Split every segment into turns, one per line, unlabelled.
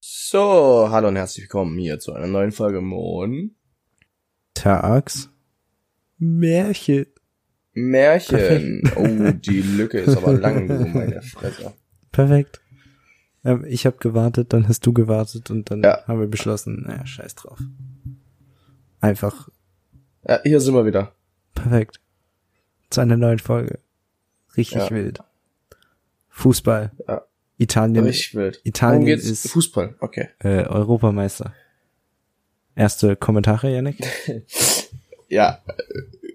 So, hallo und herzlich willkommen hier zu einer neuen Folge Mon
Tags. Märchen.
Märchen. Oh, die Lücke ist aber lang, du meine Fresse.
Perfekt. Ähm, Ich habe gewartet, dann hast du gewartet und dann
Ja.
haben wir beschlossen, naja, scheiß drauf. Einfach
Ja, hier sind wir wieder.
perfekt. Zu einer neuen Folge. Richtig
Ja.
wild. Fußball.
Ja.
Italien.
Richtig wild.
Italien
Worum geht's?
ist-
Fußball. Okay.
Äh, Europameister. Erste Kommentare, Yannick?
Ja, äh,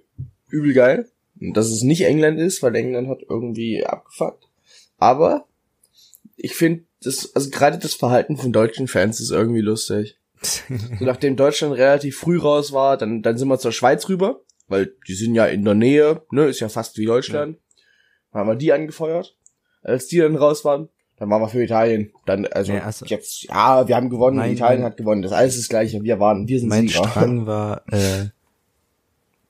übel geil, dass es nicht England ist, weil England hat irgendwie abgefuckt. Aber ich finde, das, also gerade das Verhalten von deutschen Fans ist irgendwie lustig. So, nachdem Deutschland relativ früh raus war, dann, dann sind wir zur Schweiz rüber, weil die sind ja in der Nähe, ne, ist ja fast wie Deutschland. Dann haben wir die angefeuert. Als die dann raus waren, dann waren wir für Italien. Dann, also,
Ja, also-
jetzt, ja, wir haben gewonnen,
Mein-
Italien
mein-
hat gewonnen, das ist alles das Gleiche, wir waren, wir sind
mein
Sieger.
Strang war äh,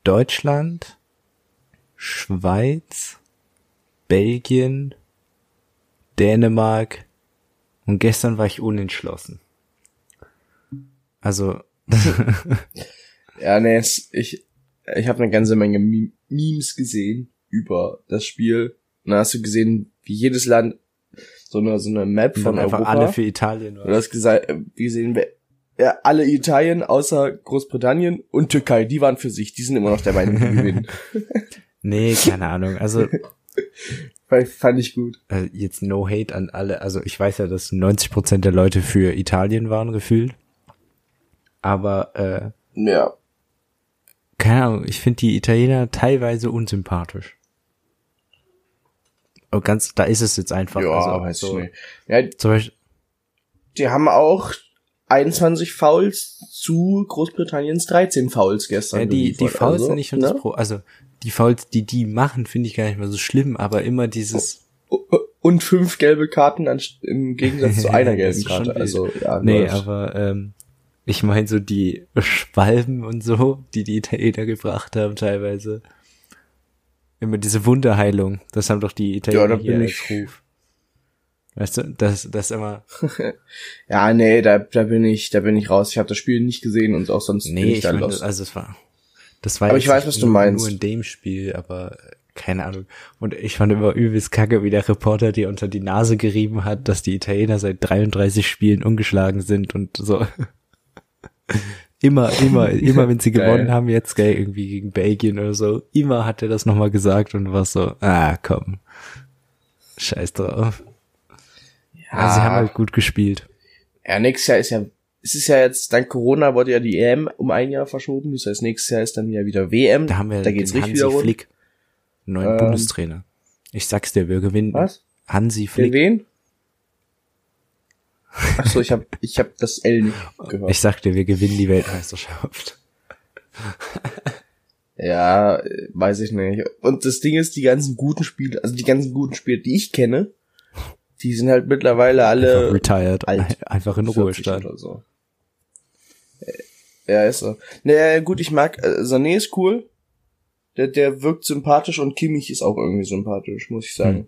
Deutschland, Schweiz, Belgien, Dänemark und gestern war ich unentschlossen. Also
Ja, nee, es, ich, ich habe eine ganze Menge Meme- Memes gesehen über das Spiel. Und dann hast du gesehen, wie jedes Land so eine, so eine Map
von
von
einfach
Europa.
alle für Italien.
du hast gesagt, äh, wie sehen wir ja, alle Italien außer Großbritannien und Türkei, die waren für sich, die sind immer noch der Meinung, die gewinnen.
Nee, keine Ahnung. Also
Fand, fand ich gut.
äh, jetzt no hate an alle. Also ich weiß ja, dass 90% der Leute für Italien waren gefühlt. Aber äh,
Ja.
keine Ahnung, ich finde die Italiener teilweise unsympathisch. Oh, ganz, da ist es jetzt einfach.
Ja,
also,
weiß
so,
ich nicht. Ja,
Zum Beispiel,
die haben auch 21 Fouls zu Großbritanniens 13 Fouls gestern.
ja, die, die
geliefert.
Fouls
Also,
sind nicht schon
ne?
das Pro, also die Fouls, die die machen, finde ich gar nicht mal so schlimm, aber immer dieses,
Oh, und fünf gelbe Karten anst- im Gegensatz zu einer
Das
gelben
ist schon
Karte.
wild.
Also ja,
nee,
läuft.
aber ähm, ich meine so die Schwalben und so, die die Italiener gebracht haben teilweise. Immer diese Wunderheilung, das haben doch die Italiener
da
hier
bin
als
ich-
Ruf. Weißt du, das, das immer,
ja, nee, da, da bin ich, da bin ich raus. Ich habe das Spiel nicht gesehen und auch sonst bin
Nee,
ich
ich
dann
meine,
los.
also es war. Das war
Aber ich
jetzt
weiß,
nicht
was du
nur-
meinst.
Nur in dem Spiel, aber äh, keine Ahnung. Und ich fand immer übelst kacke, wie der Reporter dir unter die Nase gerieben hat, dass die Italiener seit 33 Spielen ungeschlagen sind und so. immer, immer, immer, wenn sie
Geil.
gewonnen haben, jetzt, gell, irgendwie gegen Belgien oder so, immer hat er das nochmal gesagt und war so, ah, komm. Scheiß drauf. Ja. Also sie haben halt gut gespielt.
ja, nächstes Jahr ist ja, es ist ja jetzt, dank Corona wurde ja die EM um ein Jahr verschoben. Das heißt, nächstes Jahr ist dann ja wieder WM.
Da haben wir
da geht's
den
richtig
Hansi
wieder rund.
Flick, neuen
Ähm,
Bundestrainer. Ich sag's dir, wir gewinnen.
Was?
Hansi
Den
Flick.
wen? Achso, ich habe ich hab das L nicht gehört.
Ich sag dir, wir gewinnen die Weltmeisterschaft.
Ja, äh, weiß ich nicht. Und das Ding ist, die ganzen guten Spiele, also die ganzen guten Spiele, die ich kenne, die sind halt mittlerweile alle
Einfach retired.
alt.
Einfach in
40
Ruhestand.
oder so. Äh, Ja, ist so. Naja, gut, ich mag, äh, Sané ist cool. Der, der wirkt sympathisch und Kimmich ist auch irgendwie sympathisch, muss ich sagen.
Hm.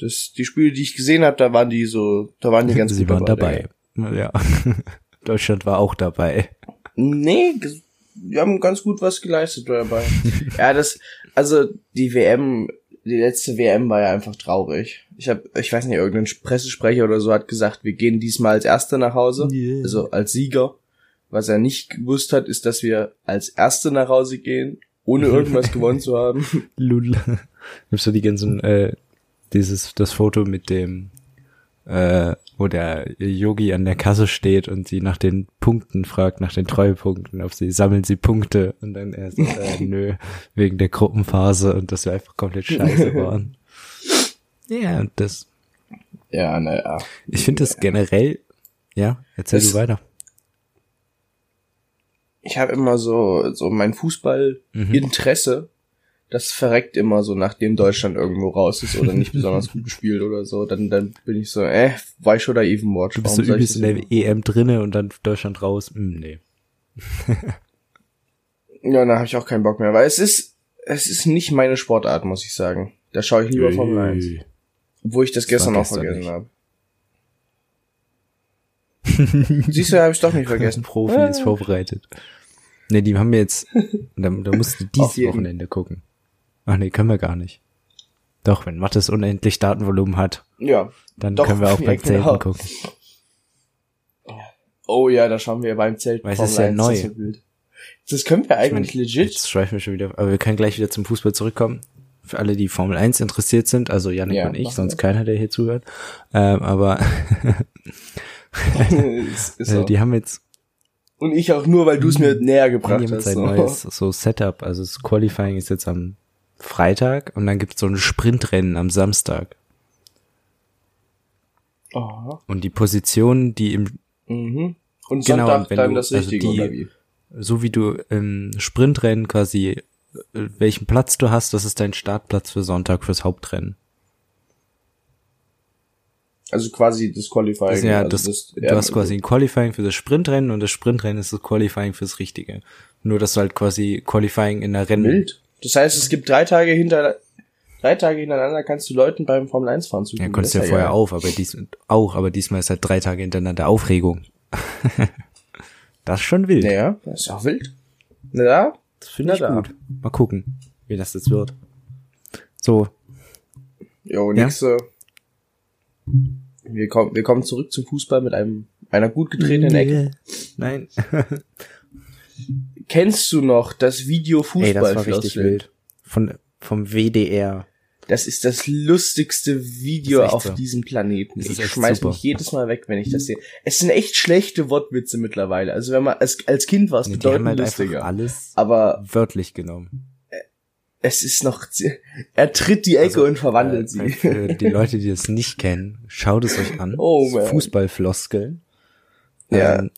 Das, die Spiele, die ich gesehen habe, da waren die so, da waren die ganz
Sie
gut
waren dabei. Ja. Deutschland war auch dabei.
Nee, ges- wir haben ganz gut was geleistet dabei. ja, das, also die WM, die letzte WM war ja einfach traurig. Ich habe, ich weiß nicht, irgendein Pressesprecher oder so hat gesagt, wir gehen diesmal als Erster nach Hause,
Yeah.
also als Sieger. Was er nicht gewusst hat, ist, dass wir als Erste nach Hause gehen, ohne irgendwas gewonnen zu haben.
Lul. Nimmst du die ganzen, äh, dieses, das Foto mit dem, äh, wo der Yogi an der Kasse steht und sie nach den Punkten fragt, nach den Treuepunkten, ob sie, sammeln sie Punkte und dann erst, äh, nö, wegen der Gruppenphase und dass wir einfach komplett scheiße waren. Ja, und das,
Ja, naja.
ich finde das generell, ja, erzähl
Das-
du weiter.
ich habe immer so so mein
Mhm.
Fußballinteresse, das verreckt immer so, nachdem Deutschland irgendwo raus ist oder nicht besonders gut gespielt oder so, dann dann bin ich so, äh, why should I even watch?
Du bist
Warum
so
soll ich
übelst in
das
der EM drinne und dann Deutschland raus, hm, nee.
immer- Ja, da habe ich auch keinen Bock mehr, weil es ist es ist nicht meine Sportart, muss ich sagen. Da schaue ich lieber Formel 1,
Ui.
obwohl ich das
Das war
gestern auch
gestern
vergessen
nicht.
habe. Siehst du, habe ich doch nicht vergessen.
Profi ist vorbereitet. Ne, die haben wir jetzt, da, da musst du
Auf
dieses
jeden.
Wochenende gucken. Ach nee, können wir gar nicht. Doch, wenn Mattes unendlich Datenvolumen hat,
Ja.
dann
Doch,
können wir auch
ja,
beim Zelten
genau.
gucken.
Oh ja, da schauen wir beim Zelt.
Weil es
Formel
ist ja
1,
neu.
Das, so wild. das können wir eigentlich legit.
Jetzt schweifen wir schon wieder, aber wir können gleich wieder zum Fußball zurückkommen. Für alle, die Formel 1 interessiert sind, also Janik
Ja,
und ich,
machen
sonst
wir.
keiner, der hier zuhört. Ähm, aber
ist, ist so.
äh, die Mhm. haben jetzt
Und ich auch nur, weil du es mir näher gebracht
Jemand
hast.
sein
so.
neues so Setup. Also das Qualifying ist jetzt am Freitag und dann gibt's so ein Sprintrennen am Samstag.
Aha.
Und die Positionen, die im
Mhm. Und
Genau, und
Sonntag
wenn
dann
du-
das
also
Richtige,
die-
oder wie?
so wie du im Sprintrennen quasi äh, welchen Platz du hast, das ist dein Startplatz für Sonntag fürs Hauptrennen.
Also quasi das Qualifying.
Das, ja,
also
das, du
ja,
hast quasi ein Qualifying für das Sprintrennen und das Sprintrennen ist das Qualifying fürs Richtige. Nur dass du halt quasi Qualifying in der Rennen.
Wild. Das heißt, es gibt drei Tage hinter drei Tage hintereinander kannst du Leuten beim Formel 1 fahren zu
Ja, konntest ja vorher auf, aber dies auch, aber diesmal ist halt drei Tage hintereinander Aufregung. das ist schon wild.
Naja, das ist auch wild. Na ja,
Das finde ich
Na da.
gut. Mal gucken, wie das jetzt wird. So,
jo,
Ja.
nächste. Wir kommen, wir kommen zurück zum Fußball mit einem, einer gut gedrehten Ecke.
Nein.
Kennst du noch das Video
Ey, das war
Fußball
richtig wild. Von, vom WDR.
Das ist das lustigste Video
Das ist echt
auf
so.
diesem Planeten.
Das ist
Ich
echt
schmeiß
super.
mich jedes Mal weg, wenn ich das sehe. Es sind echt schlechte Wortwitze mittlerweile. Also wenn man als, als Kind war es
Nee, die haben
bedeutend
halt einfach
lustiger.
alles
Aber
wörtlich genommen.
es ist noch, er tritt die Ecke und verwandelt
äh,
sie.
Für die Leute, die das nicht kennen, schaut es euch an.
Oh,
Das ist
man.
Fußballfloskeln.
Ja.
Ähm,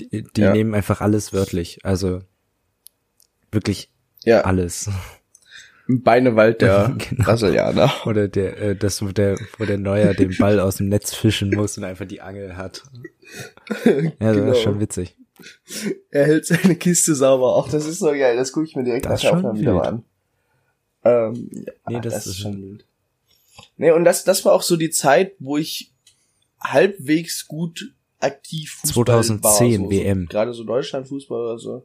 die die
Ja.
nehmen einfach alles wörtlich. Also wirklich
ja,
alles.
im Beinewald der
Genau.
Brasilianer.
Oder der, äh, das, wo der, wo der Neuer den Ball aus dem Netz fischen muss und einfach die Angel hat. Ja, das
Genau.
ist schon witzig.
Er hält seine Kiste sauber. Auch das ist so geil. Das gucke ich mir direkt
Das
nach
ist
der
schon
Aufnahme wieder mal
wild.
an. Ähm, ja,
Nee, das ist-
wild. Nee, und das, das war auch so die Zeit, wo ich halbwegs gut aktiv Fußball
2010
war, so,
WM.
So, gerade so Deutschland-Fußball oder so.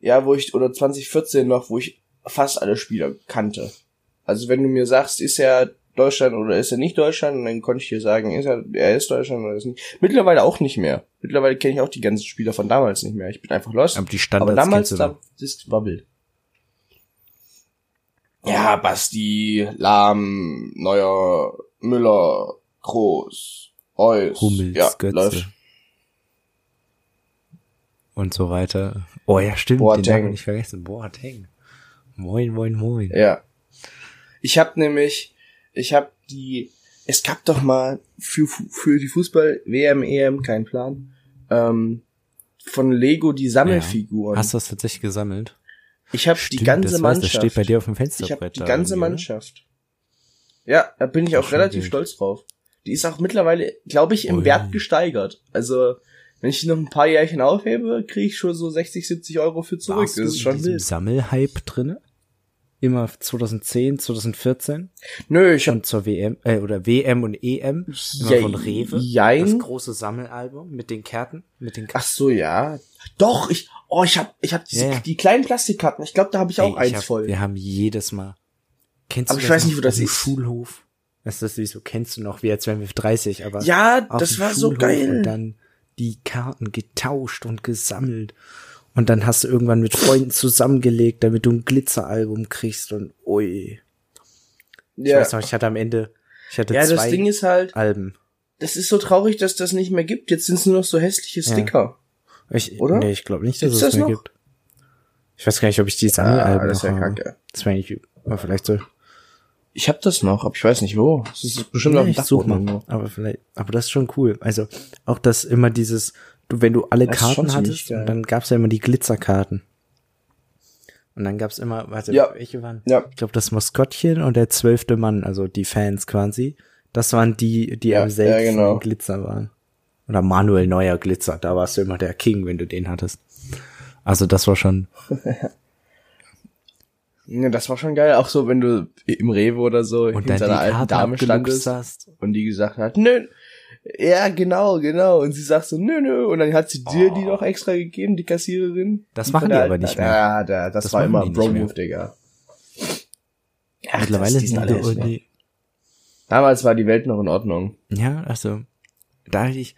Ja, wo ich, oder 2014 noch, wo ich fast alle Spieler kannte. Also wenn du mir sagst, ist er Deutschland oder ist er nicht Deutschland, und dann konnte ich dir sagen, ist er, er ist Deutschland oder ist nicht. Mittlerweile auch nicht mehr. Mittlerweile kenne ich auch die ganzen Spieler von damals nicht mehr. Ich bin einfach lost.
Aber die
Aber
Standards
damals,
kennst du
da,
noch.
das war wild. Ja, Basti, Lahm, Neuer, Müller, Groß, Reus.
Hummels,
ja,
Götze
läuft.
und so weiter. Oh ja, stimmt, den
Boateng.
haben wir nicht vergessen. Boateng. Moin, moin, moin.
Ja. Ich habe nämlich, ich habe die, es gab doch mal für, Fu- für die Fußball WM, EM, kein Plan, ähm, von Lego die Sammelfiguren.
Hast du das tatsächlich gesammelt?
ich habe die
Stimmt,
ganze
das
Mannschaft.
Das steht bei dir auf dem
Ich
Fensterbrett.
habe die
da
ganze
irgendwie, ne?
Mannschaft. Ja, da bin ich
Das ist
auch
schon
relativ
wild.
stolz drauf. Die ist auch mittlerweile, glaube ich, im
Ui.
Wert gesteigert. Also, wenn ich noch ein paar Jährchen aufhebe, kriege ich schon so 60, 70 Euro für zurück.
Warst
Das ist
du in
schon
diesem
wild.
Sammelhype drinne? Immer 2010, 2014
Nö, ich habe
und zur WM äh, oder WM und EM immer
Je-
von Rewe das
jein.
große Sammelalbum mit den Kerten, mit den
Ach so, ja. Doch, ich oh, ich habe ich habe diese
Ja, ja.
die kleinen Plastikkarten. Ich glaube, da habe ich auch
Ey,
eins
hab,
voll.
Wir haben jedes Mal. Kennst
Aber
du
ich
das
weiß
noch
nicht, wo das
auf dem
ist.
Schulhof. Das ist so, kennst du noch, wie als wären wir 30, aber.
Ja,
auf
das
dem
war so
Schulhof
geil.
Und dann die Karten getauscht und gesammelt. Und dann hast du irgendwann mit Freunden zusammengelegt, damit du ein Glitzeralbum kriegst und ui. Ich
ja.
weiß noch, ich hatte am Ende, ich hatte
Ja, das
zwei
Ding ist halt,
Alben.
das ist so traurig, dass das nicht mehr gibt. Jetzt sind es nur noch so hässliche
Ja.
Sticker.
Ich,
Oder?
Nee, ich glaube nicht, dass
Gibt's
es
das
das mehr
noch? Ah,
gibt. Ich weiß gar nicht, ob ich die Sammelalben
das
noch
wär
habe.
kacke.
Das wäre eigentlich, aber vielleicht so.
Ich habe das noch, aber ich weiß nicht wo. Es ist bestimmt auf
Ja,
dem
ich such
Dachboden.
mal.
irgendwo.
Aber vielleicht, aber das ist schon cool. Also auch das immer dieses, du, wenn du alle
Das ist schon
Karten
ziemlich
hattest,
geil.
und dann gab's ja immer die Glitzerkarten. Und dann gab's immer, warte,
Ja.
welche waren?
Ja.
Ich glaube, das Maskottchen und der zwölfte Mann, also die Fans quasi. Das waren die, die
Ja,
am seltensten
ja, genau.
im Glitzer waren. Oder Manuel Neuer Glitzer, da warst du immer der King, wenn du den hattest. Also das war schon,
Ja, das war schon geil. Auch so, wenn du im Rewe oder so
und
hinter
dann die
einer alten
Karte
Dame
abgeluchst
standest
hast.
und die gesagt hat, nö, Ja, genau, genau. Und sie sagt so, nö, nö. Und dann hat sie dir die noch extra gegeben, die Kassiererin.
Das machen die
Da-
aber nicht
da-
mehr.
Ja, da, das,
Das
war
machen
immer
die
ein
nicht
Bro-Move, Digga. Ach,
Mittlerweile
das- die
sind alle
echt, ne?
irgendwie.
Damals war die Welt noch in Ordnung.
Ja, also da hätte ich.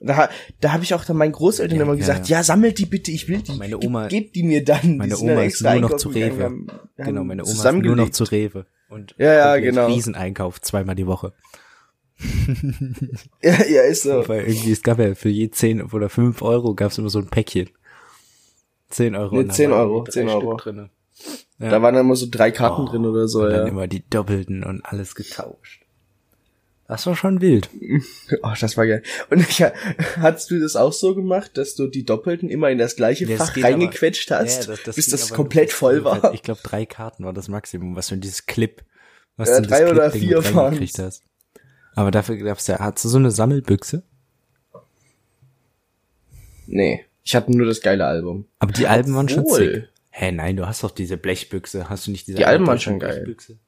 Da, da habe ich auch dann meinen Großeltern
Ja,
immer
ja,
gesagt,
ja.
ja. sammelt die bitte, ich will die.
Meine Oma-
Ge- Gebt die mir dann.
meine
die sind
Oma
dann
ist
extra
nur noch
einkaufen
zu
gegangen,
Rewe.
haben- haben
Genau, meine Oma ist nur
zusammengelegt.
noch zu Rewe und
Ja, ja,
komplett
genau.
Rieseneinkauf zweimal die Woche.
Ja, ja, ist so.
Weil irgendwie, es gab ja für je 10 oder 5 Euro gab es immer so ein Päckchen. 10 Euro.
Nee,
und da
10
waren
Euro,
irgendwie drei
10
Stück
Euro.
Drinne. Ja.
Da waren dann immer so drei Karten
Oh,
drin oder so,
und dann
ja.
immer die doppelten und alles getauscht. Das war schon wild.
Oh, das war geil. Und ich, hast du das auch so gemacht, dass du die Doppelten immer in das gleiche
Ja, das
Fach
geht aber-
reingequetscht hast,
Ja,
bis
ging
das
aber
komplett
nur-
voll war?
Ich glaube, drei Karten war das Maximum, was du in dieses Clip, was
Ja,
du in
drei
dieses
oder
Clip-Ding
vier
mit
waren's.
reingekriegt hast. Aber dafür gab's ja, hast du so eine Sammelbüchse?
Nee, ich hatte nur das geile Album.
Aber die Alben waren schon
Obwohl.
sick. Hä, nein, du hast doch diese Blechbüchse. Hast du nicht diese
Die Alben waren
altdeutschen
schon geil.
Blechbüchse?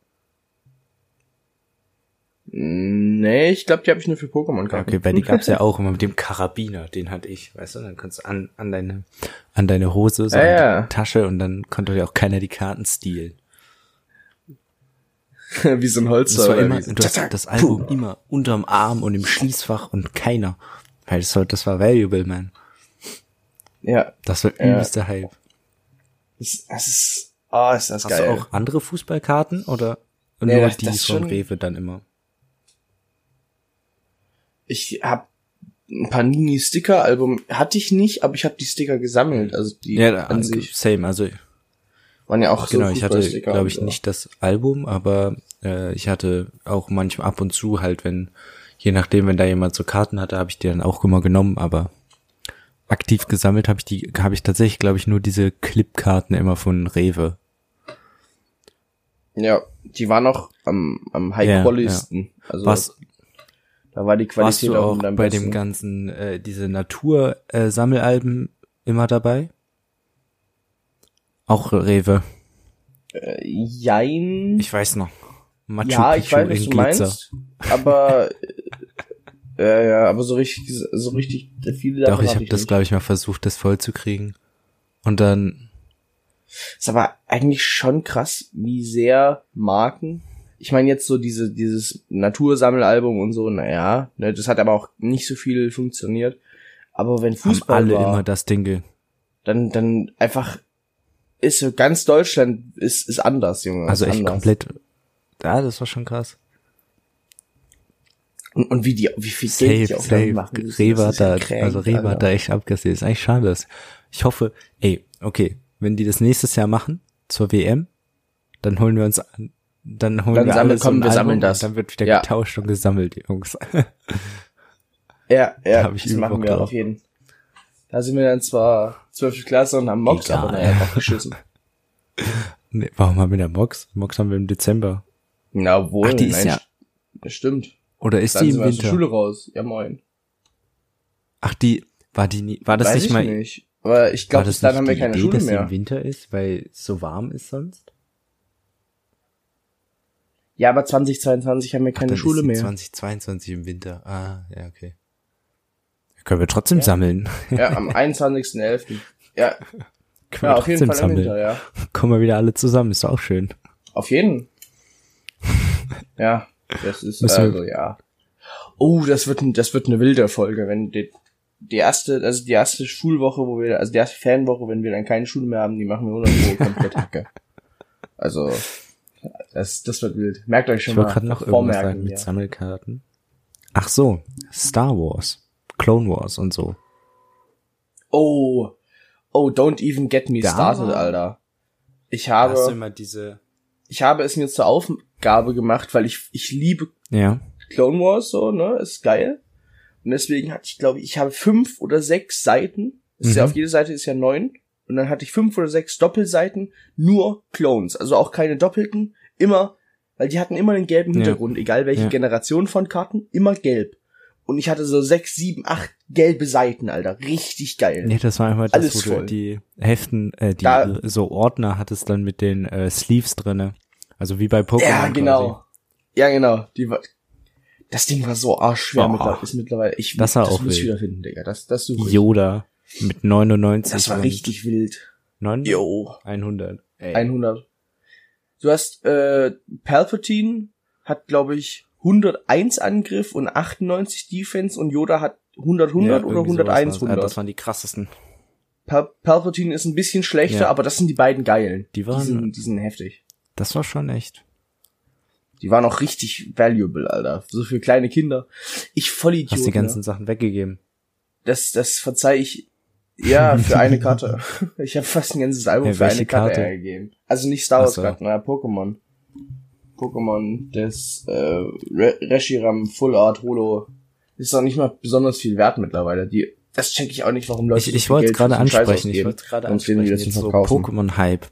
Nee, ich glaube, die habe ich nur für Pokémon
Ja,
gehabt.
okay, weil die gab's ja auch immer mit dem Karabiner, den hatte ich, weißt du, dann konntest du an, an deine, an deine Hose, so
Ja,
an die
ja.
Tasche und dann konnte ja auch keiner die Karten stehlen.
Wie so ein
Und Das war
Holzer.
immer, du hast das Album immer unterm Arm und im Schließfach und keiner. Weil das war, das war valuable, man.
Ja,
Das war
Ja.
übelster Hype.
das, das ist, ah, ist das
Hast
geil.
du auch andere Fußballkarten oder
Nee,
nur
das-
die
das
von
schon-
Rewe dann immer?
Ich habe ein Panini Sticker Album hatte ich nicht, aber ich habe die Sticker gesammelt, also die
Ja,
an
also
sich
same. Also
waren ja auch so
genau, ich hatte,
Fußballsticker
glaube
und
ich,
so.
nicht das Album, aber äh, ich hatte auch manchmal ab und zu halt, wenn, je nachdem, wenn da jemand so Karten hatte, habe ich die dann auch immer genommen, aber aktiv gesammelt habe ich die, habe ich tatsächlich, glaube ich, nur diese Clipkarten immer von Rewe.
Ja, die waren auch am am high
Ja,
qualitysten. Also
Was,
da war die
warst
Qualität
du auch
mit am
bei
besten.
dem ganzen, äh, diese Natur-Sammelalben immer dabei? Auch Rewe.
äh, Jein.
Ich weiß noch. Machu
ja, ich
Picchu
weiß,
in
was du
Glitzer.
meinst, aber äh, ja, ja, aber so richtig so richtig viele
Doch,
davon
ich
hatte
habe das,
nicht.
glaube ich, mal versucht, das vollzukriegen. Und dann,
Ist aber eigentlich schon krass, wie sehr Marken. Ich meine jetzt so diese, dieses Natursammelalbum und so, naja, ne, das hat aber auch nicht so viel funktioniert. Aber wenn Fußball
haben alle
war,
immer das Ding. ge-
dann, dann einfach ist so ganz Deutschland ist, ist anders, Junge.
Also
ist
echt
anders.
komplett. Ja, das war schon krass.
Und, und wie die, wie viel
Safe,
Geld die auch damit
safe.
machen. müssen,
Rewe
das
hat
ist ja
da,
krank,
also Rewe
Alter.
hat da echt abgesehen. Ist eigentlich schade, dass ich hoffe, ey, okay, wenn die das nächstes Jahr machen, zur WM, dann holen wir uns an, dann holen
Dann
wir
sammeln-
alle so
komm,
ein
wir
Album
sammeln das.
und Dann wird wieder
Ja.
getauscht und gesammelt, Jungs.
Ja, ja,
hab ich
das
übel
machen
Bock
wir
drauf.
auf jeden. Da sind wir dann zwar 12. Klasse und haben Mocks,
Egal.
aber naja, doch geschissen.
nee, warum haben wir da Mox? Mox haben wir im Dezember.
Na wohl,
Ach, die ist ja-
st- Stimmt.
Oder ist
Dann
die
sind
im
wir aus der
Winter?
Schule raus. Ja, moin.
Ach, die, war die nie, war das
Weiß
nicht
ich
mal,
nicht. Aber ich
war
glaube,
das
dann
nicht
haben wir
die
keine
Idee,
Schule
dass sie
mehr.
im Winter ist, weil es so warm ist sonst?
Ja, aber 2022 haben wir
Dann
keine
ist
Schule
die
mehr.
2022 im Winter. Ah, ja, okay. Können wir trotzdem sammeln.
Ja, am 21.11. Ja,
Können
ja,
wir
auf jeden Fall
trotzdem
im
sammeln.
Winter, ja.
Kommen wir wieder alle zusammen, ist auch schön.
Auf jeden. Ja, das ist
Müssen wir-
also ja. Oh, das wird ein, das wird eine wilde Folge, wenn die, die erste, also die erste Schulwoche, wo wir, also die erste Fanwoche, wenn wir dann keine Schule mehr haben, die machen wir 100 Pro komplett Hacke. Also das, das wird wild. Merkt euch schon
Ich
mal.
wollte gerade noch irgendwas
vormerken
sagen mit
hier.
Sammelkarten. Ach so, Star Wars, Clone Wars und so.
Oh, oh, don't even get me
Da-
started, Alter. Ich habe,
immer diese...
ich habe es mir zur Aufgabe gemacht, weil ich, ich liebe
Ja,
Clone Wars so, ne, ist geil. Und deswegen hatte ich, glaube ich, ich habe fünf oder sechs Seiten. Ist ja
Mhm.
auf jeder Seite ist ja neun. Und dann hatte ich fünf oder sechs Doppelseiten, nur Clones. Also auch keine doppelten, immer, weil die hatten immer den gelben
Ja.
Hintergrund, egal welche
Ja.
Generation von Karten, immer gelb. Und ich hatte so sechs, sieben, acht gelbe Seiten, Alter. Richtig geil.
nee, das war immer das,
Alles
wo du
voll.
die Heften, äh, die
Da-
so Ordner hattest dann mit den äh, Sleeves drinne. Also wie bei Pokémon
Ja, genau. Ja, genau. Die, genau. wa- Das Ding war so arschschwer
Boah.
mittlerweile, ist mittlerweile. Ich
Das war auch
muss ich
wild.
wieder finden, Digga. Das, das suche ich.
Yoda mit 99.
Das war
und
richtig wild.
9,
Jo.
100. Ey.
100. Du hast, äh, Palpatine hat, glaube ich, 101 Angriff und 98 Defense und Yoda hat 100, 100
Ja,
oder
irgendwie sowas
101,
war's. Ja,
100.
Das waren die krassesten.
Pal Palpatine ist ein bisschen schlechter,
Ja.
aber das sind die beiden geilen.
Die waren-
die sind, die sind heftig.
Das war schon echt.
Die waren auch richtig valuable, Alter. So für kleine Kinder. Ich voll Idiot.
Hast die ganzen
ne?
Sachen weggegeben.
Das, das verzeih ich. Ja, für eine Karte. Ich habe fast ein ganzes Album
Ja,
für eine
welche
Karte,
Karte?
hergegeben. Also nicht Star Wars
Ach so.
Karten, naja, Pokémon. Pokémon des äh, Re Reshiram Full Art Holo. Ist doch nicht mal besonders viel wert mittlerweile. Die, das checke ich auch nicht, warum Leute
Ich,
so
ich
viel
wollte
Geld
es gerade
für so einen Scheiß
ansprechen. Ich
ausgeben.
wollte es gerade
Sonst werden
ansprechen.
die das
Jetzt
nicht
so
verkaufen.
Pokémon-Hype.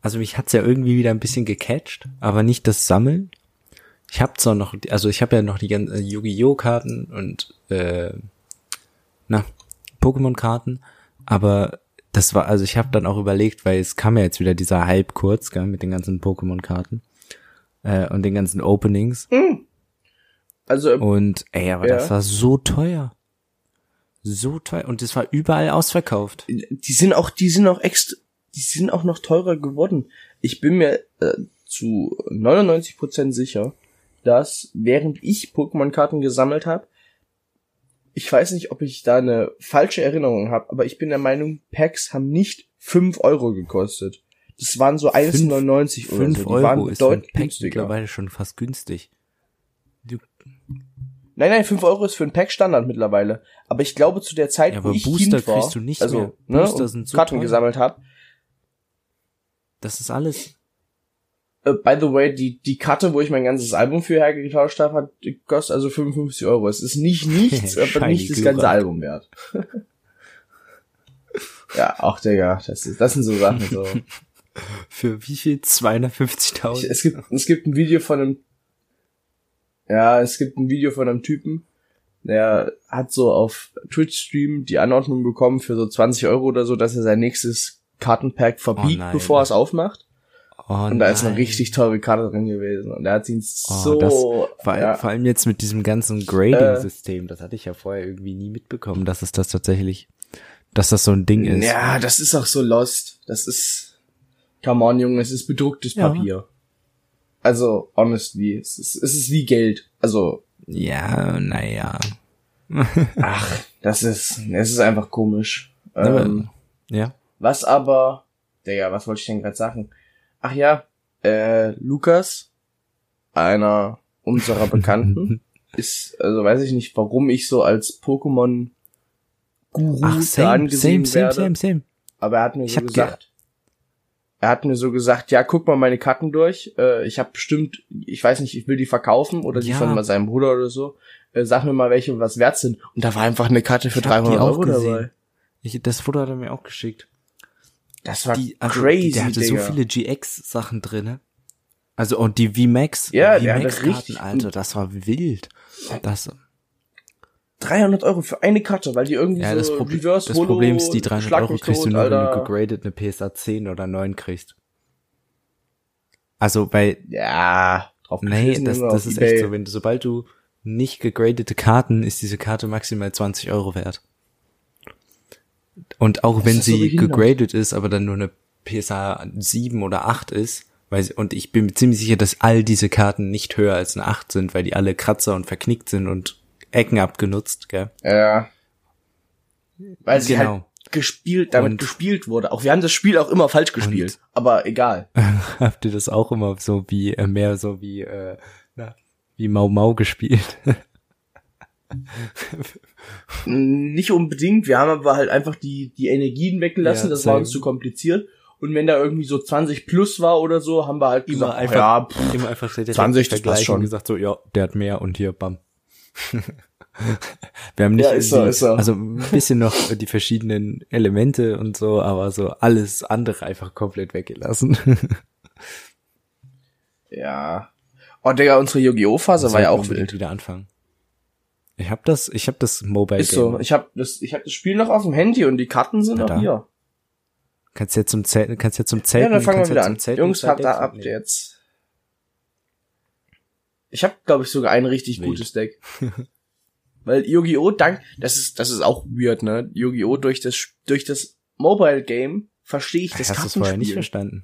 Also mich hat's ja irgendwie wieder ein bisschen gecatcht, aber nicht das Sammeln. Ich habe zwar noch, also ich habe ja noch die ganzen äh, Yu-Gi-Oh! Karten und äh, na, Pokémon-Karten, aber das war, also ich habe dann auch überlegt, weil es kam ja jetzt wieder dieser Hype kurz, gell, mit den ganzen Pokémon-Karten äh, und den ganzen Openings.
Also im
Und ey, aber
Ja.
das war so teuer. So teuer. Und es war überall ausverkauft.
die sind auch, die sind auch extra, die sind auch noch teurer geworden. Ich bin mir äh, zu 99% sicher, dass während ich Pokémon-Karten gesammelt habe, ich weiß nicht, ob ich da eine falsche Erinnerung habe, aber ich bin der Meinung, Packs haben nicht 5 Euro gekostet. Das waren so 1,99 oder so.
5
Die
Euro
waren
ist für ein
deutlich
Pack
günstiger.
mittlerweile schon fast günstig.
Nein, nein, 5 Euro ist für ein Pack Standard mittlerweile. Aber ich glaube, zu der Zeit,
Ja,
wo
aber
ich
Booster
Kind war,
kriegst du nicht
also,
mehr.
Ne,
Booster
und
sind so
Karten
teuer.
gesammelt habe,
Das ist alles.
Äh, by the way, die, die Karte, wo ich mein ganzes Album für hergetauscht habe, hat, die kostet also 55 Euro. Es ist nicht nichts, aber
Shiny
nicht das ganze
Glura.
Album wert. ja, auch Digga, das, ist, das sind so Sachen. So.
Für wie viel?
Ich,
250.000?
es, gibt, es gibt ein Video von einem. Ja, es gibt ein Video von einem Typen, der hat so auf Twitch-Stream die Anordnung bekommen für so 20 Euro oder so, dass er sein nächstes Kartenpack verbiegt,
nein.
bevor er es aufmacht.
Oh,
Und da ist eine
nein.
richtig teure Karte drin gewesen. Und er hat ihn
Oh,
so.
das, vor,
ja. Äh.
vor allem jetzt mit diesem ganzen Grading-System, das hatte ich ja vorher irgendwie nie mitbekommen, dass es das tatsächlich, dass das so ein Ding ist.
Ja, das ist auch so lost. Das ist, come on, Junge, es ist bedrucktes
Ja.
Papier. Also, honestly, es ist, es ist wie Geld. Also,
Ja, naja.
ach, das ist, es ist einfach komisch.
Aber-
Ähm,
Ja.
was aber, Digga, was wollte ich denn gerade sagen? Ach ja, äh, Lukas, einer unserer
Mhm.
Bekannten, ist, also weiß ich nicht, warum ich so als Pokémon-Guru
Ach,
da
same,
angesehen
same, same,
werde.
same, same.
Aber er hat mir
Ich
so
hab ge-
gesagt. Er hat mir so gesagt, ja, guck mal meine Karten durch. Äh, ich habe bestimmt, ich weiß nicht, ich will die verkaufen oder die
Ja.
von seinem Bruder oder so. Äh, sag mir mal, welche was wert sind. Und da war einfach eine Karte für
Ich hab die
300 Euro
auch gesehen.
dabei.
Ich, das Foto hat er mir auch geschickt.
Das war
die, also,
crazy,
Der hatte
Digga.
so viele GX-Sachen drinne. ne? Also, und die VMAX.
Ja, der hatte
VMAX-Karten,
richtig-
Alter, das war wild. Das,
300 Euro für eine Karte, weil die irgendwie
ja, das,
so
Probl das
reverse Holo,
Problem ist, die
Schlag
300 Euro
mich
kriegst
tot,
du nur,
Alter.
wenn du gegradet eine PSA 10 oder 9 kriegst. Also, weil,
Ja, drauf
nee,
geschissen
das,
haben wir
das
auf
ist
eBay.
echt so, wenn du, sobald du nicht gegradete Karten, ist diese Karte maximal 20 Euro wert. Und auch wenn
ist so
sie
behindert.
gegradet ist, aber dann nur eine PSA 7 oder 8 ist, weil sie, und ich bin mir ziemlich sicher, dass all diese Karten nicht höher als eine 8 sind, weil die alle Kratzer und verknickt sind und Ecken abgenutzt, gell?
Ja. Weil sie
Genau.
halt gespielt, damit
Und-
gespielt wurde. Auch wir haben das Spiel auch immer falsch gespielt. aber egal.
Habt ihr das auch immer so wie, äh, mehr so wie, äh, na, wie Mau Mau gespielt?
Nicht unbedingt. Wir haben aber halt einfach die, die Energien weggelassen.
Ja,
das war
same.
uns zu kompliziert. Und wenn da irgendwie so 20 plus war oder so, haben wir halt
Immer
gesagt,
einfach-
ja, pff,
Immer einfach direkt
20, das
vergleichen
passt schon.
und gesagt so, ja, der hat mehr und hier, bam. Wir haben nicht,
Ja, ist so,
irgendwie-
ist so.
also ein bisschen noch die verschiedenen Elemente und so, aber so alles andere einfach komplett weggelassen.
ja. Oh, Digga, unsere Yu-Gi-Oh! Phase Also war ja auch
Unbedingt
wild.
Wieder anfangen. Ich habe das, ich habe das Mobile
Ist so.
Game.
Ich habe das, ich hab das Spiel noch auf dem Handy und die Karten sind
Na
noch
da.
hier.
Kannst jetzt zum Zelten, kannst jetzt zum
Ja,
Zelten,
dann fangen wir
kannst
wieder
jetzt zum
an.
Zelten
Jungs,
zwei
habt da
Decks
ab
mitnehmen.
jetzt. Ich habe, glaube ich, sogar ein richtig
Wild.
gutes Deck. Weil Yu-Gi-Oh! dank, das ist, das ist auch weird, ne? Yu-Gi-Oh! durch das, Sp- durch das Mobile Game verstehe ich das
Hast du es vorher nicht
Kartenspiel.
verstanden?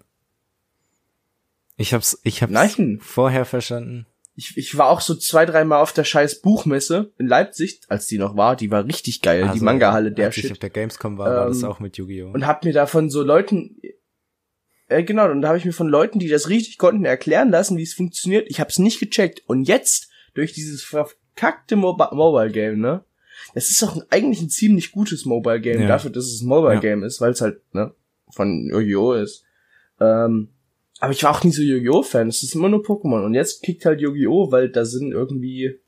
Ich hab's, ich hab's
Nein.
vorher verstanden.
Ich, ich war auch so zwei, dreimal auf der scheiß Buchmesse in Leipzig, als die noch war, die war richtig geil, Äh, die
Also,
Manga-Halle, der
als ich auf
Shit.
der Gamescom war, war das
Ähm,
auch mit Yu-Gi-Oh!
Und hab mir da von so Leuten, äh, genau, und da habe ich mir von Leuten, die das richtig konnten, erklären lassen, wie es funktioniert. Ich hab's nicht gecheckt. Und jetzt, durch dieses verkackte Mobi Mobile-Game, ne? Das ist doch ein, eigentlich ein ziemlich gutes Mobile-Game,
Ja.
dafür, dass es ein Mobile-Game ist, weil es halt, ne, von Yu-Gi-Oh! ist. Ähm, aber ich war auch nie so Yu-Gi-Oh!-Fan. Es ist immer nur Pokémon. Und jetzt kickt halt Yu-Gi-Oh!, weil da sind irgendwie.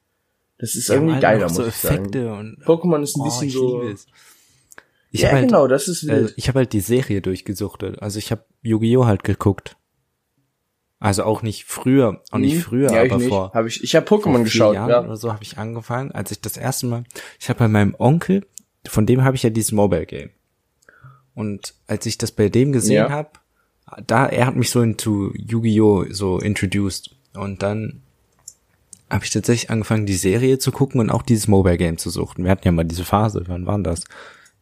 Das ist
Die haben
irgendwie
alle
geiler,
noch
muss
so
ich sagen.
Effekte und Oh,
Pokémon ist ein bisschen
ich
so.
liebe es. Ich
ja,
hab halt,
genau, das ist wild.
äh, ich habe halt die Serie durchgesuchtet. Also ich habe Yu-Gi-Oh! halt geguckt. Also auch nicht früher, auch nicht
Mhm.
früher,
ja, ich
aber
nicht.
vor
Hab ich ich habe Pokémon
vor vier
geschaut,
Jahren
ja.
oder so habe ich angefangen, als ich das erste Mal, ich habe bei meinem Onkel, von dem habe ich ja dieses Mobile Game. Und als ich das bei dem gesehen
Ja.
habe, da er hat mich so into Yu-Gi-Oh so introduced und dann habe ich tatsächlich angefangen, die Serie zu gucken und auch dieses Mobile Game zu suchen. Wir hatten ja mal diese Phase, wann waren das?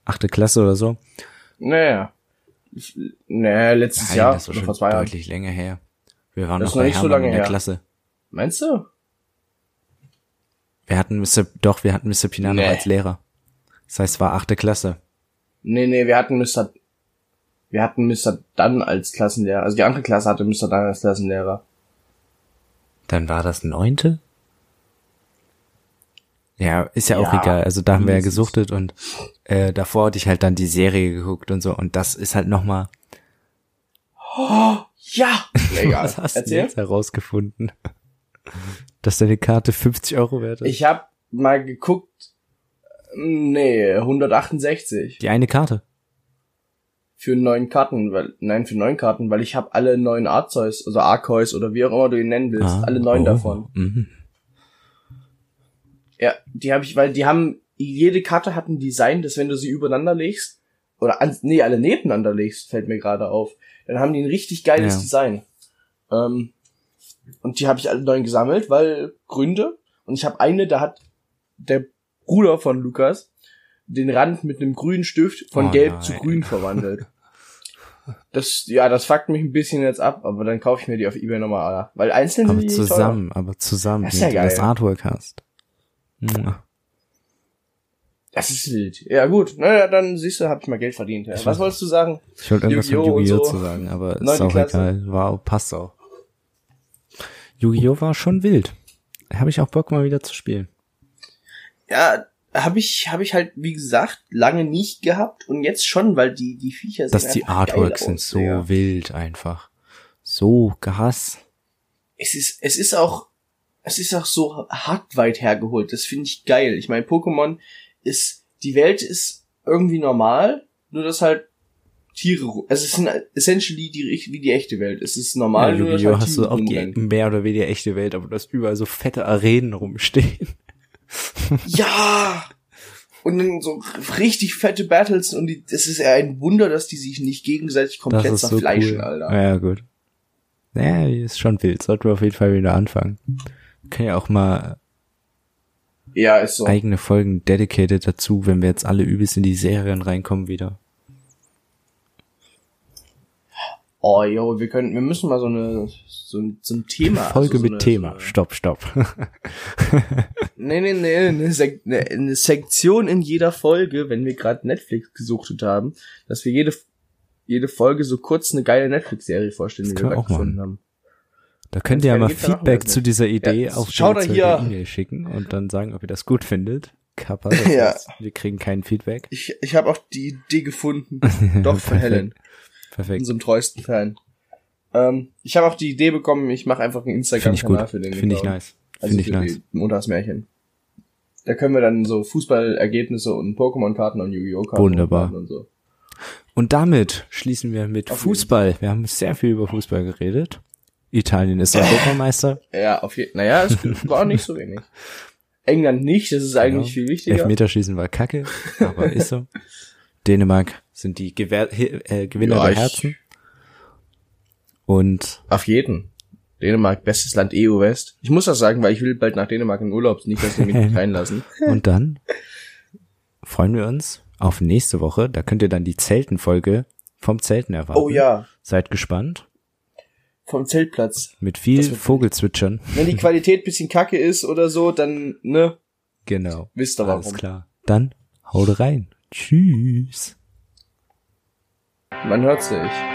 Achte Klasse oder so?
Naja. Ich, naja, letztes
Nein,
Jahr,
das war
noch
schon
vor zwei Jahren.
deutlich länger her. Wir waren
Das
noch
ist noch
bei
nicht so
Hermann
lange
in der
her.
Klasse.
Meinst du?
Wir hatten Mr. Doch, wir hatten Mr. Pinano
Nee.
als Lehrer. Das heißt, es war achte Klasse.
Nee, nee, wir hatten Mr. Wir hatten Mr. Dunn als Klassenlehrer. Also die andere Klasse hatte Mr. Dunn als Klassenlehrer.
Dann war das neunte? Ja, ist ja, auch
Ja,
egal. Also da haben wir ja
mindestens.
gesuchtet und äh, davor hatte ich halt dann die Serie geguckt und so. Und das ist halt nochmal,
Ja! Egal.
was hast du
Erzähl.
jetzt herausgefunden? Dass deine Karte 50 Euro wert ist?
Ich habe mal geguckt. Nee, 168
die eine Karte.
für neun Karten, weil nein, für neun Karten, weil ich habe alle neun Arceus, also Arceus oder wie auch immer du ihn nennen willst,
Ah,
alle neun
oh,
davon.
mhm.
Ja, die habe ich, weil die haben, jede Karte hat ein Design, dass wenn du sie übereinander legst, oder an, nee, alle nebeneinander legst, fällt mir gerade auf, dann haben die ein richtig geiles
Ja.
Design. Ähm, und die habe ich alle neun gesammelt, weil Gründe. Und ich habe eine, da hat der Bruder von Lukas den Rand mit einem grünen Stift von
Oh
gelb zu
nein.
grün verwandelt. Das, ja, das fuckt mich ein bisschen jetzt ab, aber dann kaufe ich mir die auf Ebay nochmal. Weil einzeln
Aber
sind die teuer.
zusammen, aber zusammen,
Das ist
wenn
ja
du das
geil.
Artwork hast. Mua.
Das ist wild. Ja gut, naja, dann siehst du, hab ich mal Geld verdient. Ja.
Ich
Was
weiß-
wolltest du sagen?
Ich wollte irgendwas mit
Yu-Gi-Oh! und
Yu-Gi-Oh!
so.
zu sagen, aber ist
Neunte
auch
Klasse.
egal. War, passt auch. Yu-Gi-Oh! war schon wild. Habe ich auch Bock mal wieder zu spielen.
Ja, habe ich, hab ich halt, wie gesagt, lange nicht gehabt und jetzt schon, weil die, die Viecher
Dass
sind
die
einfach geil
Artworks sind
aus,
so
Digga.
wild einfach. So krass.
Es ist, es ist auch, es ist auch so hart weit hergeholt. Das finde ich geil. Ich meine, Pokémon ist, die Welt ist irgendwie normal, nur dass halt Tiere, ru- also es sind essentially die, richt- wie die echte Welt. Es ist normal,
Ja,
nur dass
Yu-Gi-Oh!
halt
hast du
Tiere
auch die
rumrennen.
mehr oder weniger echte Welt, aber du hast überall so fette Arenen rumstehen.
Ja! Und dann so richtig fette Battles und die, das ist ja ein Wunder, dass die sich nicht gegenseitig
Das
komplett
ist so
zerfleischen,
cool.
Alter.
Ja, gut. Naja, ist schon wild. Sollten wir auf jeden Fall wieder anfangen. Können ja auch mal
Ja, ist so.
eigene Folgen dedicated dazu, wenn wir jetzt alle übelst in die Serien reinkommen wieder.
Oh, yo, wir können, wir müssen mal so eine, so ein, so ein Thema.
Folge
also so
mit
eine,
Thema.
So
Stopp, stopp.
eine, nee, nee, nee, eine, Sek eine, eine Sektion in jeder Folge, wenn wir gerade Netflix gesuchtet haben, dass wir jede, jede Folge so kurz eine geile Netflix-Serie vorstellen,
Das
die wir
können wir
gerade
auch machen.
gefunden haben.
Da könnt ihr ja
Gerne
mal
geht's, dann machen wir
Feedback
das
zu dieser Idee
Ja,
auf
schaut
die
euch hier-
E-Mail schicken und dann sagen, ob ihr das gut findet. Kappa, das
Ja.
heißt, wir kriegen kein Feedback.
Ich, ich habe auch die Idee gefunden. Doch, von Helen.
Perfekt.
unserem treuesten Fan. Ähm, ich habe auch die Idee bekommen, ich mache einfach einen
Finde ich
Instagram-Kanal
gut.
für den.
Finde ich
Account.
nice.
Also
Finde ich
für
nice.
die Montagsmärchen. Da können wir dann so Fußballergebnisse und Pokémon-Karten und Yu-Gi-Oh-Karten
Wunderbar.
und so.
Und damit schließen wir mit
Auf jeden
Fußball. Wir haben sehr viel über Fußball geredet. Italien ist Europameister.
Ja, auf jeden Naja, es war nicht so wenig. England nicht, das
Genau.
ist eigentlich viel wichtiger.
Elfmeterschießen war kacke, aber ist so. Dänemark sind die Gewer äh, Gewinner
Ja,
der
ich-
Herzen. Und
Auf jeden. Dänemark, bestes Land EU West. Ich muss das sagen, weil ich will bald nach Dänemark in Urlaub, nicht, dass sie mich nicht reinlassen.
Und dann freuen wir uns auf nächste Woche. Da könnt ihr dann die Zeltenfolge vom Zelten erwarten.
Oh ja,
Seid gespannt.
vom Zeltplatz.
Mit viel
Das wird-
Vogelzwitschern.
Wenn die Qualität bisschen kacke ist oder so, dann, ne,
Genau.
wisst ihr
Alles
warum.
klar. Dann haut rein. Tschüss.
Man hört's nicht.